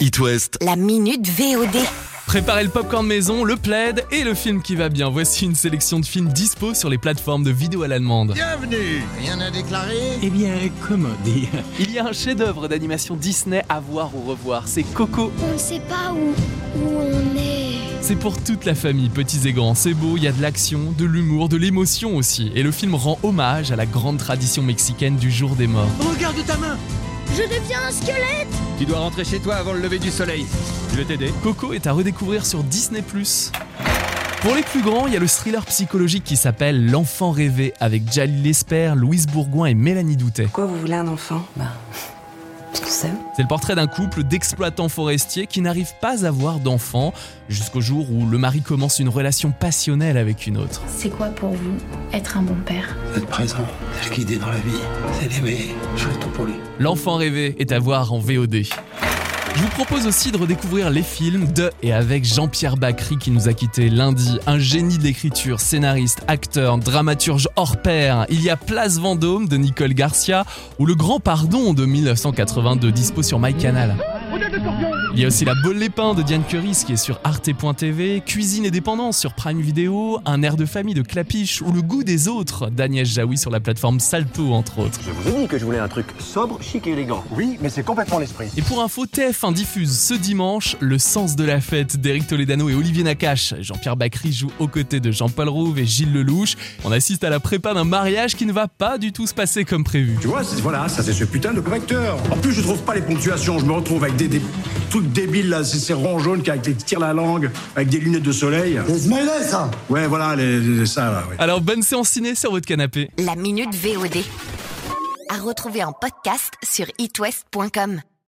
It West. La minute VOD. Préparez le popcorn maison, le plaid et le film qui va bien. Voici une sélection de films dispo sur les plateformes de vidéo à la demande. Bienvenue Rien à déclarer Eh bien, comment dire Il y a un chef-d'œuvre d'animation Disney à voir ou revoir, c'est Coco. On ne sait pas où, où on est. C'est pour toute la famille, petits et grands. C'est beau, il y a de l'action, de l'humour, de l'émotion aussi. Et le film rend hommage à la grande tradition mexicaine du jour des morts. Regarde ta main Je deviens un squelette Tu dois rentrer chez toi avant le lever du soleil. Je vais t'aider. Coco est à redécouvrir sur Disney+. Pour les plus grands, il y a le thriller psychologique qui s'appelle L'enfant rêvé avec Jalil Lesper, Louise Bourgoin et Mélanie Doutet. Pourquoi vous voulez un enfant Bah, parce qu'on s'aime. C'est le portrait d'un couple d'exploitants forestiers qui n'arrivent pas à avoir d'enfants jusqu'au jour où le mari commence une relation passionnelle avec une autre. C'est quoi pour vous être un bon père Être présent, c'est le guider dans la vie, c'est l'aimer, je ferai tout pour lui. L'enfant rêvé est à voir en VOD. Je vous propose aussi de redécouvrir les films de et avec Jean-Pierre Bacry qui nous a quittés lundi, un génie de l'écriture, scénariste, acteur, dramaturge hors pair. Il y a Place Vendôme de Nicole Garcia ou Le Grand Pardon de 1982 dispo sur MyCanal. Il y a aussi La Bolle Lépin de Diane Curis qui est sur arte.tv, Cuisine et Dépendance sur Prime Video, Un air de famille de Clapiche ou Le goût des autres d'Agnès Jaoui sur la plateforme Salto entre autres. Je vous ai dit que je voulais un truc sobre, chic et élégant. Oui, mais c'est complètement l'esprit. Et pour info, TF1 diffuse ce dimanche Le sens de la fête d'Éric Toledano et Olivier Nakache. Jean-Pierre Bacry joue aux côtés de Jean-Paul Rouve et Gilles Lelouch. On assiste à la prépa d'un mariage qui ne va pas du tout se passer comme prévu. Tu vois, c'est- voilà, ça c'est ce putain de correcteur. En plus, je trouve pas les ponctuations, je me retrouve avec des, des trucs débiles là, ces, ces ronds jaunes qui avec les tire la langue, avec des lunettes de soleil. C'est Smiley, ça Ouais, voilà, les, les- ça là, ouais. Alors bonne séance ciné sur votre canapé. La minute VOD. À retrouver en podcast sur itwest.com.